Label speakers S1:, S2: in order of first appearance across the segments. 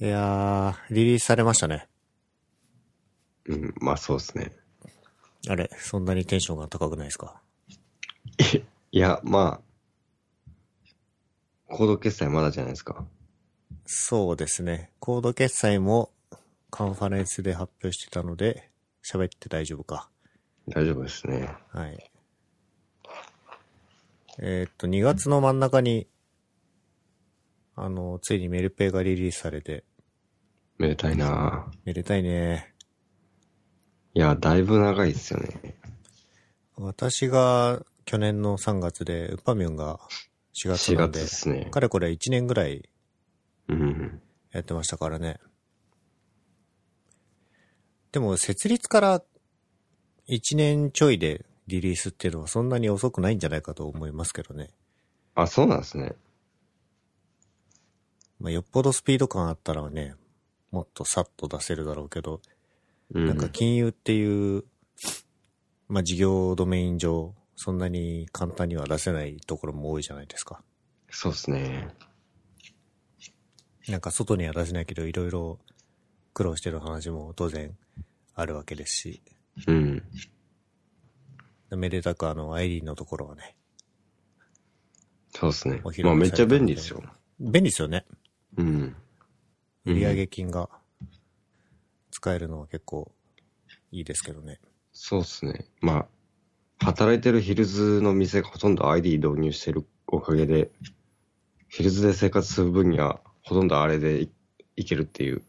S1: いやー、リリースされましたね。
S2: うん、まあそうですね。
S1: あれ、そんなにテンションが高くないですか
S2: いや、まあ、コード決済まだじゃないですか。
S1: そうですね。コード決済もカンファレンスで発表してたので、喋って大丈夫か。
S2: 大丈夫ですね。
S1: はい。えーっと、2月の真ん中に、あの、ついにメルペイがリリースされて、
S2: めでたいなぁ
S1: めでたいね。
S2: いや、だいぶ長いっすよね。
S1: 私が去年の3月で、ウッパミュンが4月
S2: 4
S1: なん
S2: 月
S1: で、
S2: っすね
S1: か。れこれ1年ぐらい
S2: うん。
S1: やってましたからね。でも、設立から1年ちょいでリリースっていうのはそんなに遅くないんじゃないかと思いますけどね。
S2: あ、そうなんですね。
S1: まあ、よっぽどスピード感あったらね、もっとさっと出せるだろうけど、
S2: うん。
S1: なんか金融っていう、まあ、事業ドメイン上、そんなに簡単には出せないところも多いじゃないですか。
S2: そうっすね。
S1: なんか外には出せないけど、いろいろ苦労してる話も当然あるわけですし。
S2: うん。
S1: めでたくあの、アイリーンのところはね、
S2: そうっすね
S1: お披露目。
S2: まあめっちゃ
S1: されたんで
S2: 便利ですよ。
S1: 便利ですよね。
S2: うん。うん
S1: 売上金が使えるのは結構いいですけどね。
S2: そうっすね。まあ、働いてるヒルズの店がほとんど ID 導入してるおかげで、ヒルズで生活する分にはほとんどあれでいいけるっていう。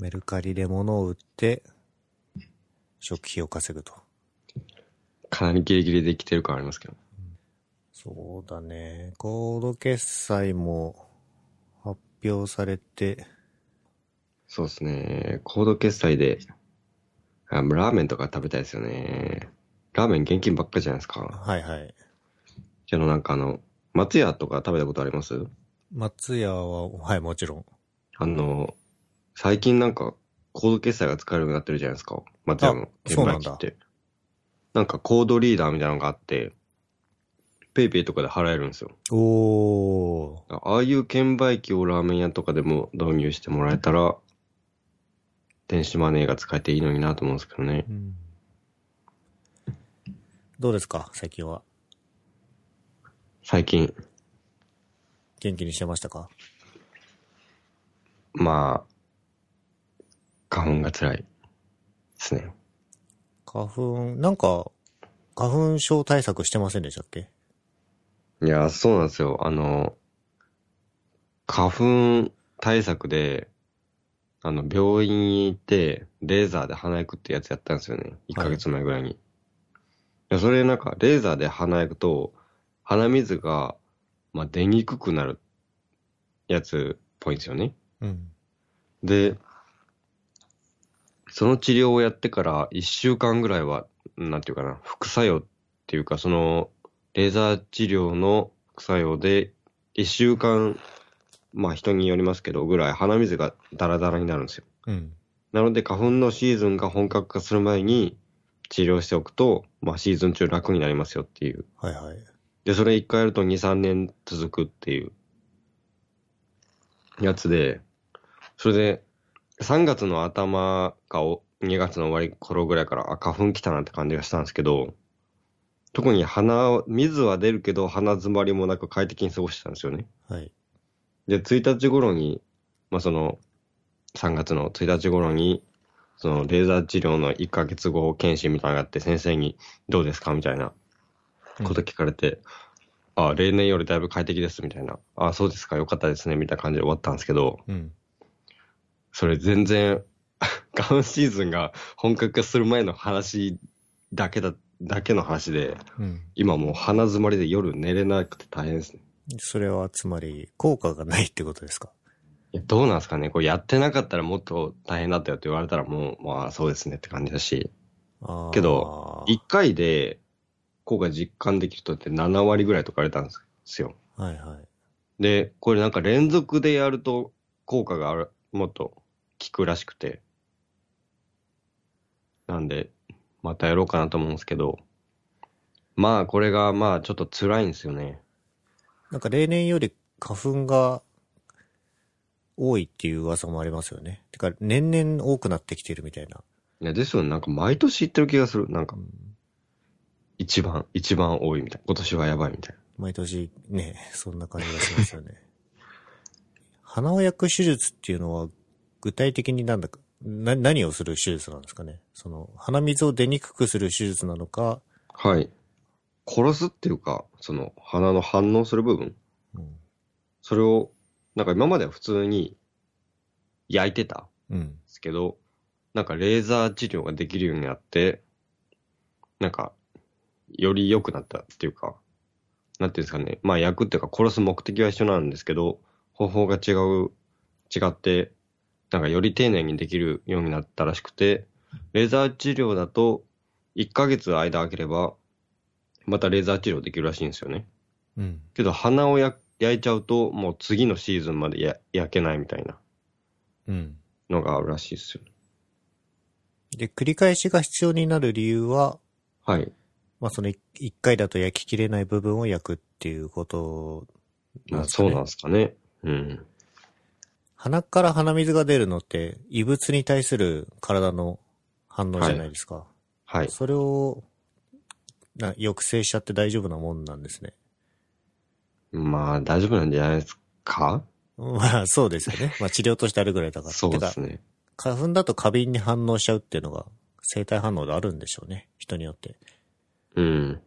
S1: メルカリで物を売って、食費を稼ぐと。
S2: かなりギリギリできてる感ありますけど。
S1: そうだね。コード決済も発表されて、
S2: そうですね。コード決済で、あラーメンとか食べたいですよね。ラーメン現金ばっかじゃないですか。
S1: はいはい。
S2: けどなんかあの、松屋とか食べたことあります
S1: 松屋は、はい、もちろん。
S2: あの、最近なんか、コード決済が使えるようになってるじゃないですか。松屋の
S1: あそうなんだ
S2: 券売機って。なんかコードリーダーみたいなのがあって、ペイペイとかで払えるんですよ。
S1: おー。
S2: ああいう券売機をラーメン屋とかでも導入してもらえたら、電子マネーが使えていいのになと思うんですけどね。
S1: どうですか最近は。
S2: 最近、
S1: 元気にしてましたか
S2: まあ、花粉が辛いですね。
S1: 花粉、なんか、花粉症対策してませんでしたっけ
S2: いや、そうなんですよ。あの、花粉対策で、あの、病院に行って、レーザーで鼻焼くってやつやったんですよね。1ヶ月前ぐらいに。い、や、それなんか、レーザーで鼻焼くと、鼻水が、まあ、出にくくなるやつっぽいんですよね。
S1: うん。
S2: で、その治療をやってから1週間ぐらいは、なんていうかな、副作用っていうか、その、レーザー治療の副作用で、1週間、まあ人によりますけど、ぐらい鼻水がダラダラになるんですよ。
S1: うん。
S2: なので、花粉のシーズンが本格化する前に治療しておくと、まあシーズン中楽になりますよっていう。
S1: はいはい。
S2: で、それ一回やると2、3年続くっていうやつで、それで3月の頭かお2月の終わり頃ぐらいから、あ、花粉来たなって感じがしたんですけど、特に鼻、水は出るけど鼻詰まりもなく快適に過ごしてたんですよね。
S1: はい。
S2: で、1日頃に、まあ、その、3月の1日頃に、その、レーザー治療の1ヶ月後検診みたいなのがあって、先生に、どうですかみたいなこと聞かれて、あ例年よりだいぶ快適です、みたいな。あそうですか、よかったですね、みたいな感じで終わったんですけど、
S1: うん。
S2: それ全然、 ガウンシーズンが本格化する前の話だけだ、だけの話で、
S1: うん。
S2: 今もう鼻詰まりで夜寝れなくて大変ですね。
S1: それはつまり、効果がないってことですか
S2: いやどうなんですかねこれやってなかったらもっと大変だったよって言われたらもう、まあそうですねって感じだし、
S1: あー
S2: けど1回で効果実感できる人って7割ぐらいとか言われたんですよ。
S1: はいはい。
S2: で、これなんか連続でやると効果がある、もっと効くらしくて。なんで、またやろうかなと思うんですけど、まあこれがまあちょっと辛いんですよね。
S1: なんか例年より花粉が多いっていう噂もありますよね。てか、年々多くなってきてるみたいな。
S2: いや、ですよね。なんか毎年言ってる気がする。なんか、一番、一番多いみたいな。今年はやばいみたい
S1: 毎年ね、そんな感じがしますよね。 鼻を焼く手術っていうのは、具体的になんだか、な、何をする手術なんですかねその、鼻水を出にくくする手術なのか、
S2: な。はい。殺すっていうか、その、鼻の反応する部分。
S1: うん。
S2: それを、なんか今までは普通に焼いてたんで
S1: うん。
S2: すけど、なんかレーザー治療ができるようになって、なんか、より良くなったっていうか、なんていうんですかね。まあ焼くっていうか殺す目的は一緒なんですけど、方法が違う、違って、なんかより丁寧にできるようになったらしくて、レーザー治療だと、1ヶ月間空ければ、またレーザー治療できるらしいんですよね。
S1: うん。
S2: けど鼻をや焼いちゃうともう次のシーズンまでや焼けないみたいな
S1: うん。
S2: のがあるらしいですよね。
S1: で、繰り返しが必要になる理由は、
S2: はい。
S1: まあ、その一一回だと焼ききれない部分を焼くっていうこと
S2: まあ
S1: ですか
S2: そ
S1: ね
S2: うなんですかね。うん。
S1: 鼻から鼻水が出るのって、異物に対する体の反応じゃないですか。
S2: はい。
S1: それを、な、抑制しちゃって大丈夫なもんなんですね。
S2: まあ大丈夫なんじゃないですか
S1: まあ、そうですよ ね。まあ、治療としてあるぐらいだから。
S2: そうで
S1: て
S2: す
S1: か
S2: ね。
S1: 花粉だと過敏に反応しちゃうっていうのが、生体反応であるんでしょうね。人によって。
S2: うん。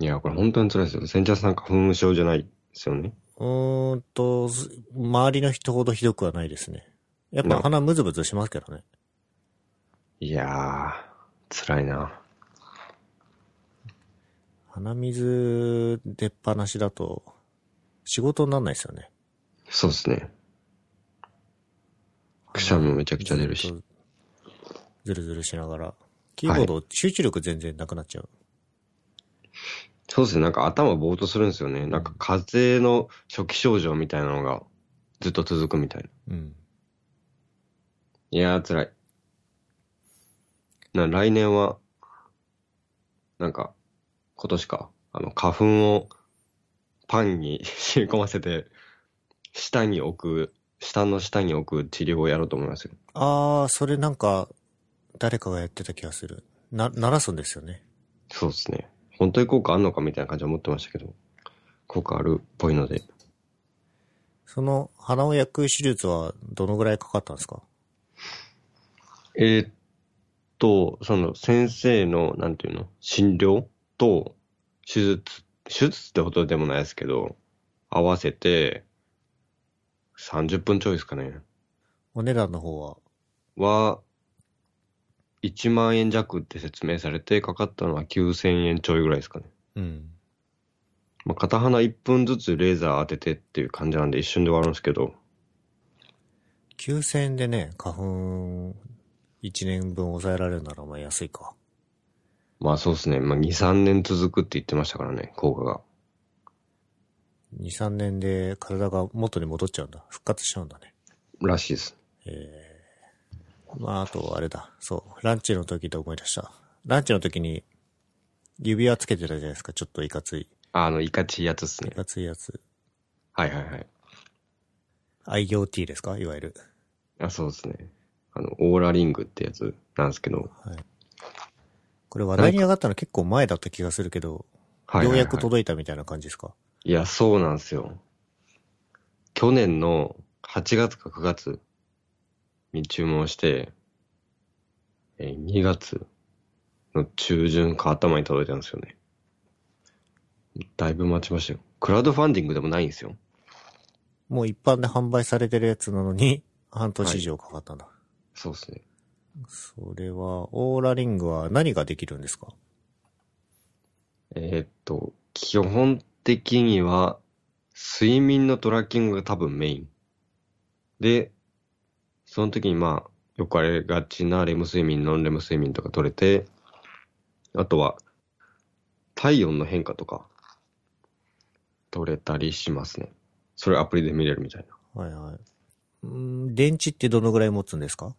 S2: いや、これ本当に辛いですよ。煎茶さん花粉症じゃないですよね。
S1: うーんと、す周りの人ほどひどくはないですね。やっぱ鼻ムズムズしますけどね。
S2: いやー、辛いな。
S1: 鼻水出っ放しだと、仕事にならないですよね。
S2: そうですね。くしゃみもめちゃくちゃ出る
S1: ず
S2: し
S1: っ。と。ずるずるしながら。キーボード、集中力全然なくなっちゃう。
S2: そうですね。なんか頭ぼーっとするんですよね。なんか風邪の初期症状みたいなのがずっと続くみたいな。
S1: うん。
S2: いやー、辛い。な、来年は、なんか、今年か、あの、花粉をパンに 染み込ませて、下に置く、下の下に置く治療をやろうと思いますよ。
S1: あー、それなんか、誰かがやってた気がする。な、鳴らすんですよね。
S2: そうですね。本当に効果あんのかみたいな感じは思ってましたけど、効果あるっぽいので。
S1: その、鼻を焼く手術はどのぐらいかかったんですか
S2: えーっと、その先生の、なんていうの、診療と手術、手術ってほどでもないですけど、合わせて30分ちょいですかね。
S1: お値段の方は。
S2: は、1万円弱って説明されて、かかったのは9000円ちょいぐらいですかね。
S1: うん。
S2: まあ、片鼻1分ずつレーザー当ててっていう感じなんで一瞬で終わるんですけど、
S1: 9000円でね、花粉、1年分抑えられるならまあ安いか。
S2: まあそうですね。まあ2、3年続くって言ってましたからね、効果が。
S1: 2、3年で体が元に戻っちゃうんだ。復活しちゃうんだね。
S2: らしいです。
S1: まあ、あと、あれだ。そう。ランチの時で思い出した。ランチの時に、指輪つけてたじゃないですか。ちょっといかつい。
S2: ああの、いかちいやつっす
S1: い
S2: ね。
S1: かついやつ。
S2: はいはいはい。
S1: IoT ですかいわゆる。
S2: あ、そうですね。あの、オーラリングってやつなんですけど。
S1: これ話題に上がったの結構前だった気がするけど、
S2: はいはいは
S1: よ
S2: い、
S1: うやく届いたみたいな感じですか
S2: いや、そうなんですよ。去年の8月か9月に注文して、えー2月の中旬か頭に届いたんですよね。だいぶ待ちましたよ。クラウドファンディングでもないんですよ。
S1: もう一般で販売されてるやつなのに、 半年以上かかったんだ。
S2: そうですね。
S1: それは、オーラリングは何ができるんですか
S2: えーっと、基本的には、睡眠のトラッキングが多分メイン。で、その時にまあ、よくあれがちなレム睡眠、ノンレム睡眠とか取れて、あとは、体温の変化とか、取れたりしますね。それアプリで見れるみたいな。
S1: はいはい。うん電池ってどのぐらい持つんですか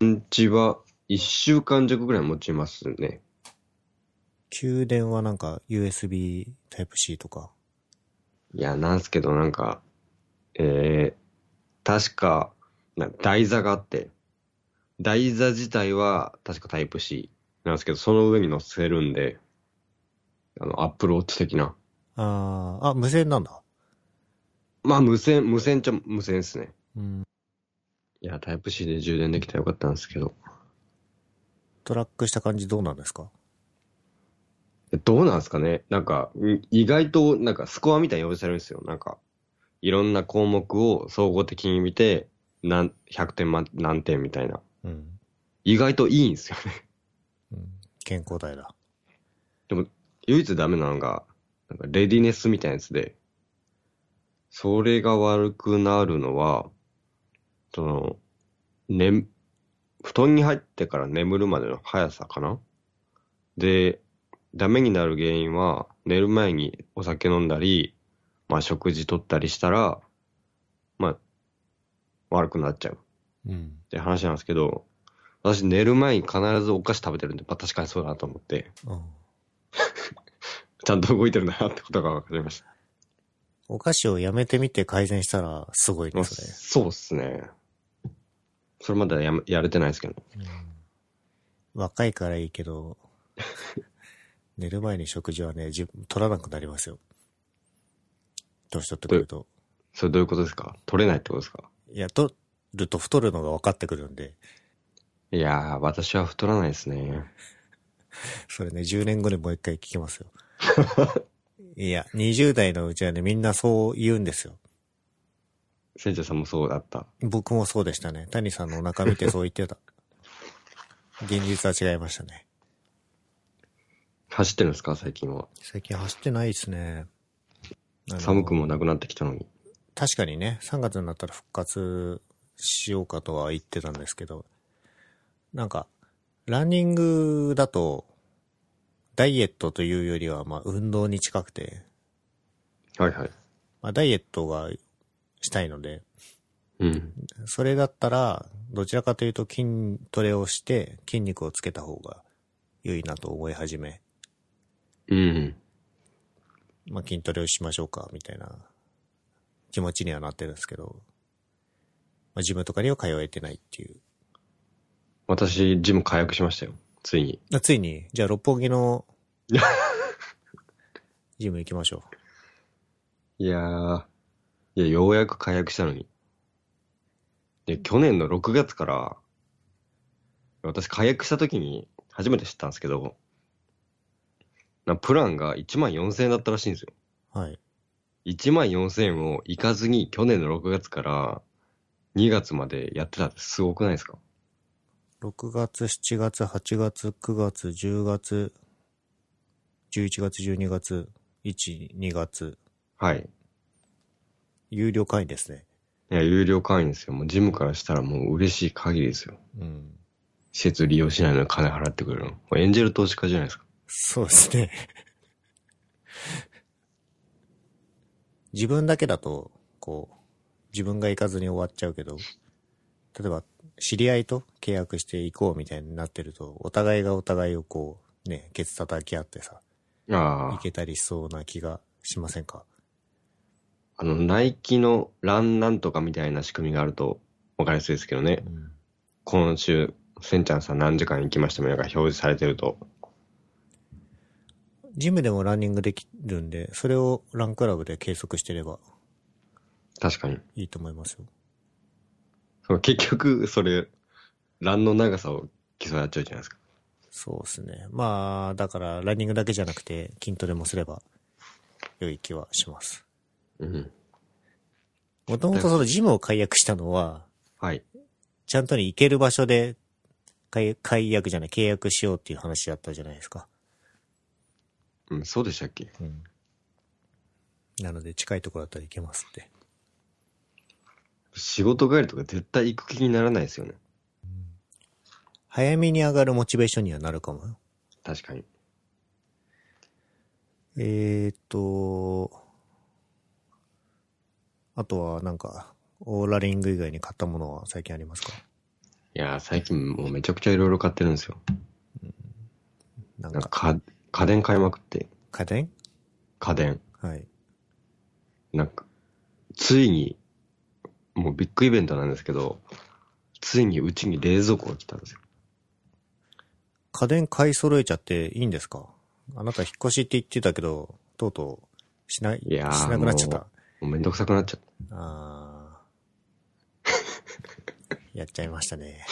S2: うんちは、1週間弱ぐらい持ちますね。
S1: 給電はなんか USB Type-C とか。
S2: いや、なんすけど、なんか、えー、確か、な台座があって、台座自体は確かタイプ C なんですけど、その上に乗せるんで、あの、アップローチ的な。
S1: あーあ、無線なんだ。
S2: まあ、無線、無線っちゃ無線ですね。
S1: うん。
S2: いや、タイプ C で充電できたらよかったんですけど。
S1: トラックした感じどうなんですか
S2: どうなんですかねなんか、ん意外と、なんかスコアみたいに呼ばせるんですよ。なんか、いろんな項目を総合的に見て、なん100点満何点みたいな。
S1: うん。
S2: 意外といいんですよね。
S1: うん、健康体だ。
S2: 唯一ダメなのが、なんかレディネスみたいなやつで、それが悪くなるのは、その、ね、布団に入ってから眠るまでの速さかなで、ダメになる原因は、寝る前にお酒飲んだり、まあ食事取ったりしたら、まあ、悪くなっちゃうっ
S1: うん。
S2: て話なんですけど、私寝る前に必ずお菓子食べてるんで、まあ確かにそうだなと思って、
S1: うん。
S2: ちゃんと動いてるなってことが分かりました。
S1: お菓子をやめてみて改善したらすごいで
S2: まあ
S1: す
S2: そうっすね。それまでやめやれてないですけど。
S1: ね。うん、若いからいいけど、 寝る前に食事はね、じゅ取らなくなりますよ。年取ってくると。
S2: それどういうことですか取れないってことですか
S1: いや、取ると太るのが分かってくるんで、
S2: いやー、私は太らないですね。
S1: それね、10年後にもう一回聞き ますよ。いや、20代のうちはね、みんなそう言うんですよ。
S2: 船長さんもそうだった。
S1: 僕もそうでしたね。谷さんのお腹見てそう言っ てた。現実は違いましたね。
S2: 走ってるんですか最近は。
S1: 最近走ってないですね。あの
S2: 寒くもなくなってきたのに。
S1: 確かにね、3月になったら復活しようかとは言ってたんですけど、なんか、ランニングだと、ダイエットというよりは、まあ、運動に近くて、
S2: はいはい。
S1: まあ、ダイエットがしたいので、
S2: うん。
S1: それだったら、どちらかというと筋トレをして筋肉をつけた方が良いなと思い始め、
S2: うん。
S1: まあ、筋トレをしましょうか、みたいな気持ちにはなってるんですけど、まあ、ジムとかには通えてないっていう。
S2: 私、ジム解約しましたよ。ついに。
S1: あついに、じゃあ六本木のジム行きましょ
S2: いやー。いや、ようやく解約したのに。で、去年の6月から、私解約した時に初めて知ったんですけど、なプランが1万4000円だったらしいんですよ。
S1: う。はい。
S2: 1万4000円を行かずに去年の6月から2月までやってたってすごくないですか
S1: 6月、7月、8月、9月、10月、11月、12月、1、2月、
S2: はい。
S1: 有料会員ですね。
S2: いや、有料会員ですよ。もうジムからしたらもう嬉しい限りですよ。
S1: うん。
S2: 施設利用しないのに金払ってくれるの。もうエンジェル投資家じゃないですか。
S1: そうですね。 自分だけだと、こう、自分が行かずに終わっちゃうけど、例えば、知り合いと契約して行こうみたいになってると、お互いがお互いをこう、ね、ケツ叩き合ってさ、
S2: あ
S1: 行
S2: あ。
S1: けたりしそうな気がしませんか
S2: あの、ナイキのランなんとかみたいな仕組みがあると分かりやすいですけどね
S1: う。ん。
S2: 今週、せんちゃんさん何時間行きましたみたいなのが表示されてると。
S1: ジムでもランニングできるんで、それをランクラブで計測してれば
S2: 確かに。
S1: いいと思いますよ。
S2: そう結局、それ、ランの長さを競い合っちゃうじゃないですか。
S1: そうですね。まあ、だから、ランニングだけじゃなくて、筋トレもすれば、良い気はします。
S2: うん。
S1: もともとそのジムを解約したのは、
S2: はい。
S1: ちゃんとに行ける場所で解、解約じゃない、契約しようっていう話だったじゃないですか。
S2: うん、そうでしたっけ
S1: うん。なので、近いところだったら行けますって。
S2: 仕事帰りとか絶対行く気にならないですよね。
S1: 早めに上がるモチベーションにはなるかもよ。
S2: 確かに。
S1: えーっと、あとはなんか、オーラリング以外に買ったものは最近ありますか
S2: いやー、最近もうめちゃくちゃいろいろ買ってるんですよ。
S1: なん
S2: なんか
S1: か、
S2: か家電買いまくって、
S1: 家電
S2: 家電。
S1: はい。
S2: なんか、ついにもうビッグイベントなんですけど、ついにうちに冷蔵庫が来たんですよ。
S1: 家電買い揃えちゃっていいんですかあなた引っ越しって言ってたけど、とうとうしない、
S2: いやー
S1: しなくなっちゃった。
S2: もうめんどくさくなっちゃった。
S1: あー やっちゃいましたね。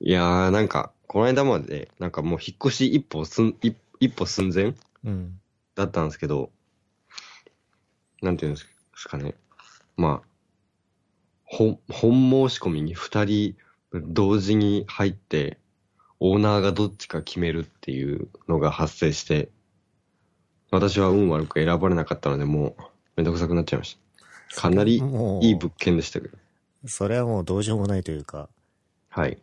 S2: いやー、なんか、この間まで、なんかもう引っ越し一歩すん、一一歩寸前
S1: うん。
S2: だったんですけど、なんていうんですかね。まあ、本、本申し込みに二人同時に入って、オーナーがどっちか決めるっていうのが発生して、私は運悪く選ばれなかったので、もうめんどくさくなっちゃいました。かなり
S1: もう
S2: いい物件でしたけど。
S1: それはもうどうしようもないというか、
S2: はい。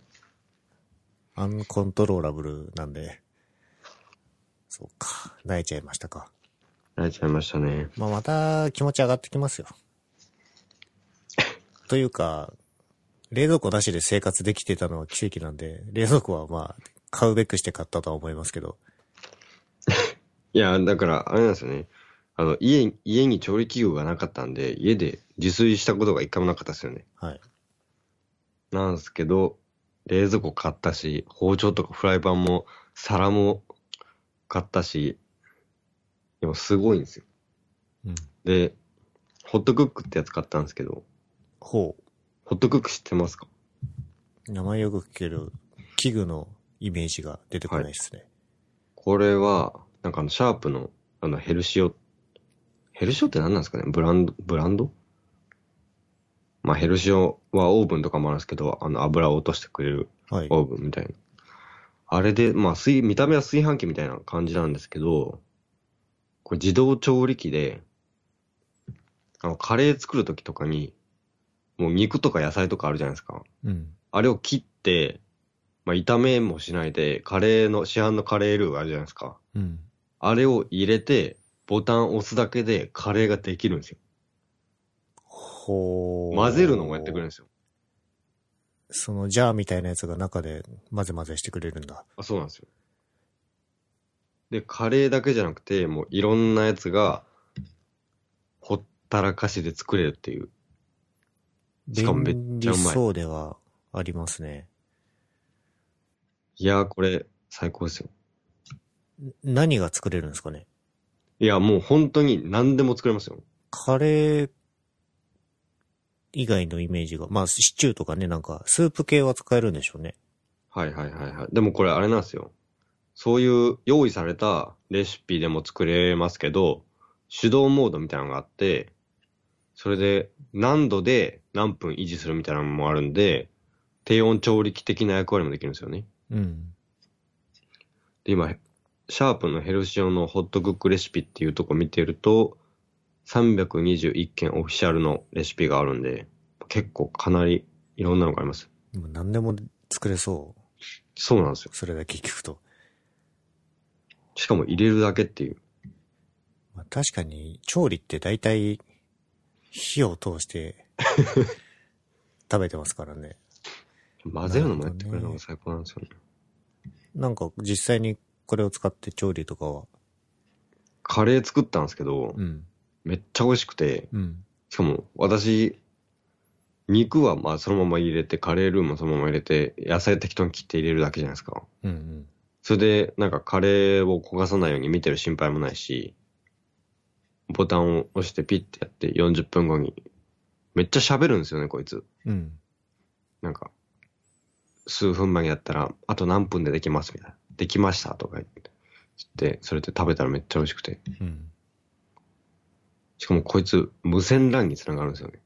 S1: アンコントローラブルなんで、そうか、泣いちゃいましたか。
S2: られちゃいましたね。
S1: まあ、また気持ち上がってき ますよ。というか、冷蔵庫なしで生活できてたのは奇跡なんで、冷蔵庫はまあ、買うべくして買ったとは思いますけど、
S2: いや、だから、あれなんですよね。あの、家、家に調理器具がなかったんで、家で自炊したことが一回もなかったですよね。
S1: はい。
S2: なんですけど、冷蔵庫買ったし、包丁とかフライパンも、皿も買ったし、でもすごいんですよ。
S1: うん。
S2: で、ホットクックってやつ買ったんですけど、
S1: ほ
S2: ホットクック知ってますか
S1: う。名前よく聞ける器具のイメージが出てこないですね。
S2: これは、なんかあの、シャープの、あの、ヘルシオ、ヘルシオって何なんですかねブランド、ブランドまあ、ヘルシオはオーブンとかもあるんですけど、あの、油を落としてくれる
S1: はい。
S2: オーブンみたいな。あれで、まあ、炊、見た目は炊飯器みたいな感じなんですけど、これ自動調理器で、あの、カレー作るときとかに、もう肉とか野菜とかあるじゃないですか。
S1: うん。
S2: あれを切って、まあ、炒めもしないで、カレーの、市販のカレールーあるじゃないですか。
S1: うん。
S2: あれを入れて、ボタンを押すだけでカレーができるんですよ。
S1: ほう。
S2: 混ぜるのもやってくれるんですよ。
S1: そのジャーみたいなやつが中で混ぜ混ぜしてくれるんだ。
S2: あ、そうなんですよ。で、カレーだけじゃなくて、もういろんなやつが、ほったらかしで作れるっていう。しかもめっ
S1: 便
S2: ちゃう
S1: 利
S2: まい
S1: そうではありますね。
S2: いやー、これ、最高ですよ。
S1: 何が作れるんですかね
S2: いや、もう本当に何でも作れますよ。
S1: カレー以外のイメージが、まあシチューとかね、なんかスープ系は使えるんでしょうね。
S2: はいはいはいはい。でもこれあれなんですよ。そういう用意されたレシピでも作れますけど、手動モードみたいなのがあって、それで何度で何分維持するみたいなのもあるんで、低温調理器的な役割もできるんですよね。
S1: うん。
S2: で、今、シャープのヘルシオのホットクックレシピっていうとこ見てると、321件オフィシャルのレシピがあるんで、結構かなりいろんなのがあります。
S1: でも何でも作れそ
S2: そうなんですよ。
S1: う。それだけ聞くと。
S2: しかも入れるだけっていう。
S1: まあ、確かに調理って大体火を通して 食べてますからね。
S2: 混ぜるのもやってくれるのが最高なんですよね。
S1: なんか実際にこれを使って調理とかは。
S2: カレー作ったんですけど、
S1: うん。
S2: めっちゃ美味しくて、
S1: うん。
S2: しかも私、肉はまあそのまま入れて、カレールーもそのまま入れて、野菜適当に切って入れるだけじゃないですか。
S1: うんうん。
S2: それで、なんかカレーを焦がさないように見てる心配もないし、ボタンを押してピッてやって40分後に、めっちゃ喋るんですよね、こいつ。
S1: うん。
S2: なんか、数分前にやったら、あと何分でできますみたいな。できましたとか言って、言ってそれで食べたらめっちゃ美味しくて。
S1: うん。
S2: しかもこいつ、無線 LAN につながるんですよね。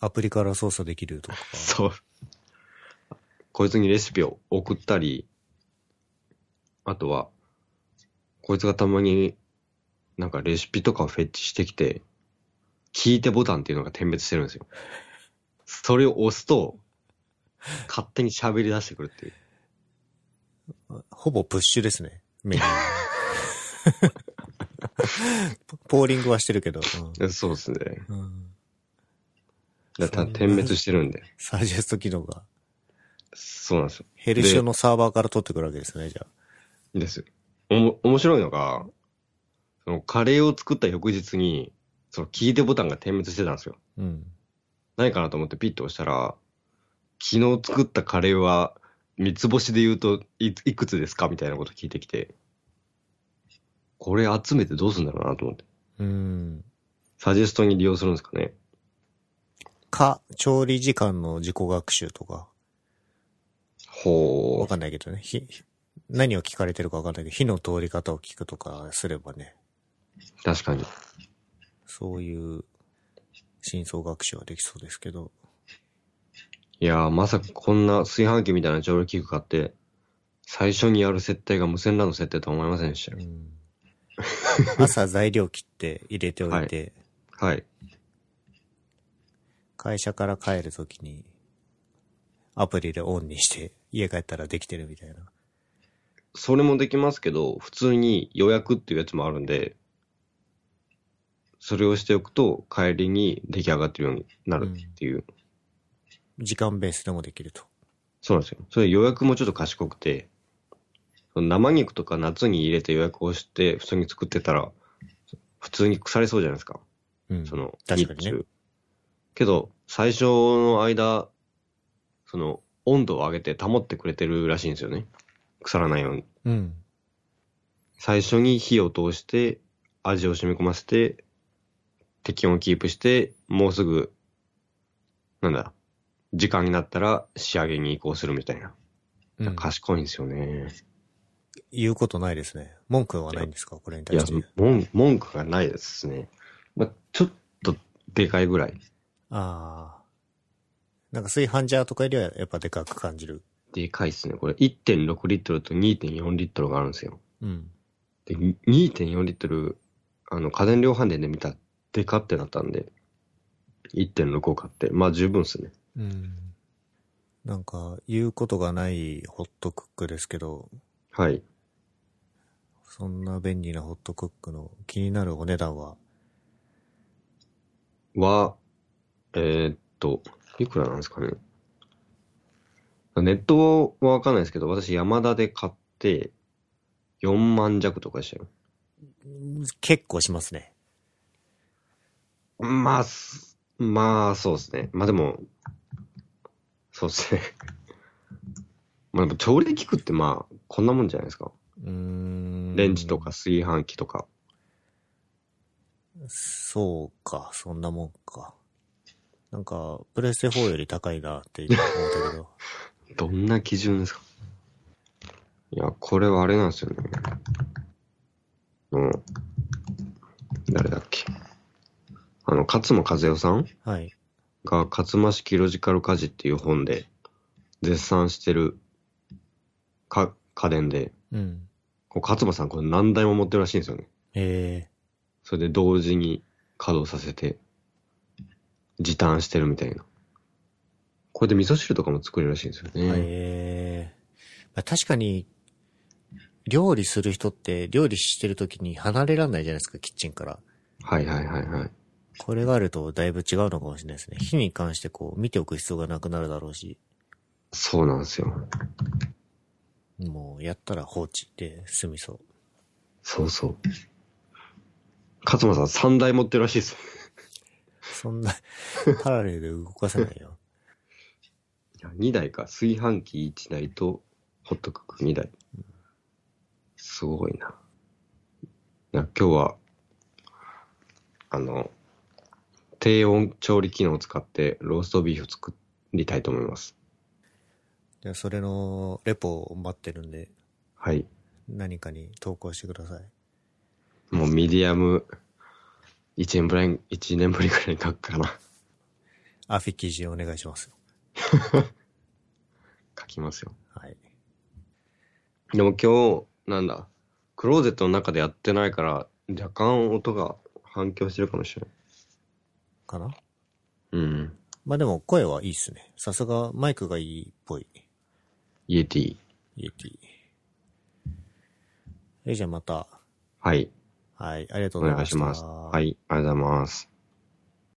S1: アプリから操作できるとか。
S2: そう。こいつにレシピを送ったり、あとは、こいつがたまになんかレシピとかをフェッチしてきて、聞いてボタンっていうのが点滅してるんですよ。それを押すと、勝手に喋り出してくるっていう。
S1: ほぼプッシュですね。メニューポ ポーリングはしてるけど。
S2: えそうですね。
S1: うんうん
S2: だから点滅してるんで。
S1: サージェスト機能が。
S2: そうなんですよ。
S1: ヘルシオのサーバーから取ってくるわけですね、じゃあ。
S2: ですよ。おも、面白いのが、そのカレーを作った翌日に、その聞いてボタンが点滅してたんですよ。
S1: うん。
S2: ないかなと思ってピッと押したら、昨日作ったカレーは三つ星で言うといいくつですかみたいなこと聞いてきて、これ集めてどうするんだろうなと思って。
S1: うん。
S2: サジェストに利用するんですかね。
S1: か、調理時間の自己学習とか、わ
S2: ほう。
S1: かんないけどね。ひ、何を聞かれてるかわかんないけど、火の通り方を聞くとかすればね、
S2: 確かに。
S1: そういう、真相学習はできそうですけど。
S2: いやー、まさかこんな炊飯器みたいな調理器具買って、最初にやる設定が無線 LAN の設定とは思いませんでしたよ
S1: う。ん朝材料切って入れておいて、
S2: はい。
S1: 会社から帰るときに、アプリでオンにして、家帰ったらできてるみたいな。
S2: それもできますけど、普通に予約っていうやつもあるんで、それをしておくと帰りに出来上がってるようになるっていう。
S1: 時間ベースでもできると。
S2: そうなんですよ。それ予約もちょっと賢くて、その生肉とか夏に入れて予約をして、普通に作ってたら、普通に腐れそうじゃないですか。
S1: うん。
S2: その、
S1: 確かにね
S2: 日中けど、最初の間、その、温度を上げて保ってくれてるらしいんですよね。腐らないように。
S1: うん。
S2: 最初に火を通して、味を染み込ませて、適温をキープして、もうすぐ、なんだ、時間になったら仕上げに移行するみたいな。
S1: うん、
S2: 賢いんですよね。
S1: 言うことないですね。文句はないんですかこれに
S2: い
S1: 対
S2: や
S1: して。、
S2: 文文句がないですね。まあ、ちょっとでかいぐらい。
S1: ああ。なんか炊飯ジャーとかよりはやっぱでかく感じる。
S2: でかいですね。これ1.6リットルと2.4リットルがあるんですよ。
S1: うん。
S2: で、に2.4リットル、あの、家電量販店で見たらでかってなったんで、1.6を買って、まあ十分ですね。
S1: うん。なんか、言うことがないホットクックですけど、
S2: はい。
S1: そんな便利なホットクックの気になるお値段は、
S2: は、えーっと、いくらなんですかね。ネットはわかんないですけど、私、山田で買って、4万弱とかでしたよ。
S1: 結構しますね。
S2: まあ、すまあ、そうですね。まあでも、そうですね。 まあでも、調理器具ってまあ、こんなもんじゃないですか。
S1: うーん。
S2: レンジとか。炊飯器とか。
S1: そうか、そんなもんか。なんか、プレステ4より高いなって今思ったけど。
S2: どんな基準ですかいや、これはあれなんですよね。うん。誰だっけ。あの、勝間和代さん
S1: はい。
S2: が、勝間式ロジカル家事っていう本で、絶賛してる、か、家電で、
S1: うん。
S2: こう勝間さんこれ何台も持ってるらしいんですよね。
S1: え
S2: それで同時に稼働させて、時短してるみたいな。これで味噌汁とかも作れるらしいんですよ
S1: え
S2: ね。
S1: ええまあ、確かに、料理する人って、料理してる時に離れらんないじゃないですか、キッチンから。
S2: はいはいはいはい。
S1: これがあるとだいぶ違うのかもしれないですね。火に関してこう、見ておく必要がなくなるだろうし、
S2: そうなんですよ。
S1: もうやったら放置で済みそう。
S2: そうそう。勝間さん3台持ってるらしいです。
S1: そんな、 パラレルで動かせないよ。
S2: いや2台か。炊飯器1台と、ホットクック2台。すごいな。いや今日は、あの、低温調理機能を使ってローストビーフを作りたいと思います。
S1: じゃあそれのレポを待ってるんで、
S2: はい。
S1: 何かに投稿してください。
S2: もうミディアム、1年ぶり、一年ぶりくらいに書くかな。
S1: アフィ記事お願いしますよ。
S2: 書きますよ。
S1: はい。
S2: でも今日、なんだ、クローゼットの中でやってないから、若干音が反響してるかもしれ
S1: かな
S2: ない。うん。
S1: まあでも声はいいっすね。さすがマイクがいいっぽい。
S2: イエティ。
S1: イエティ。え、じゃあまた。
S2: はい。
S1: はい、ありがと
S2: お
S1: うござい
S2: 願
S1: ま
S2: い
S1: し。
S2: したます。はい。ありがとうございます。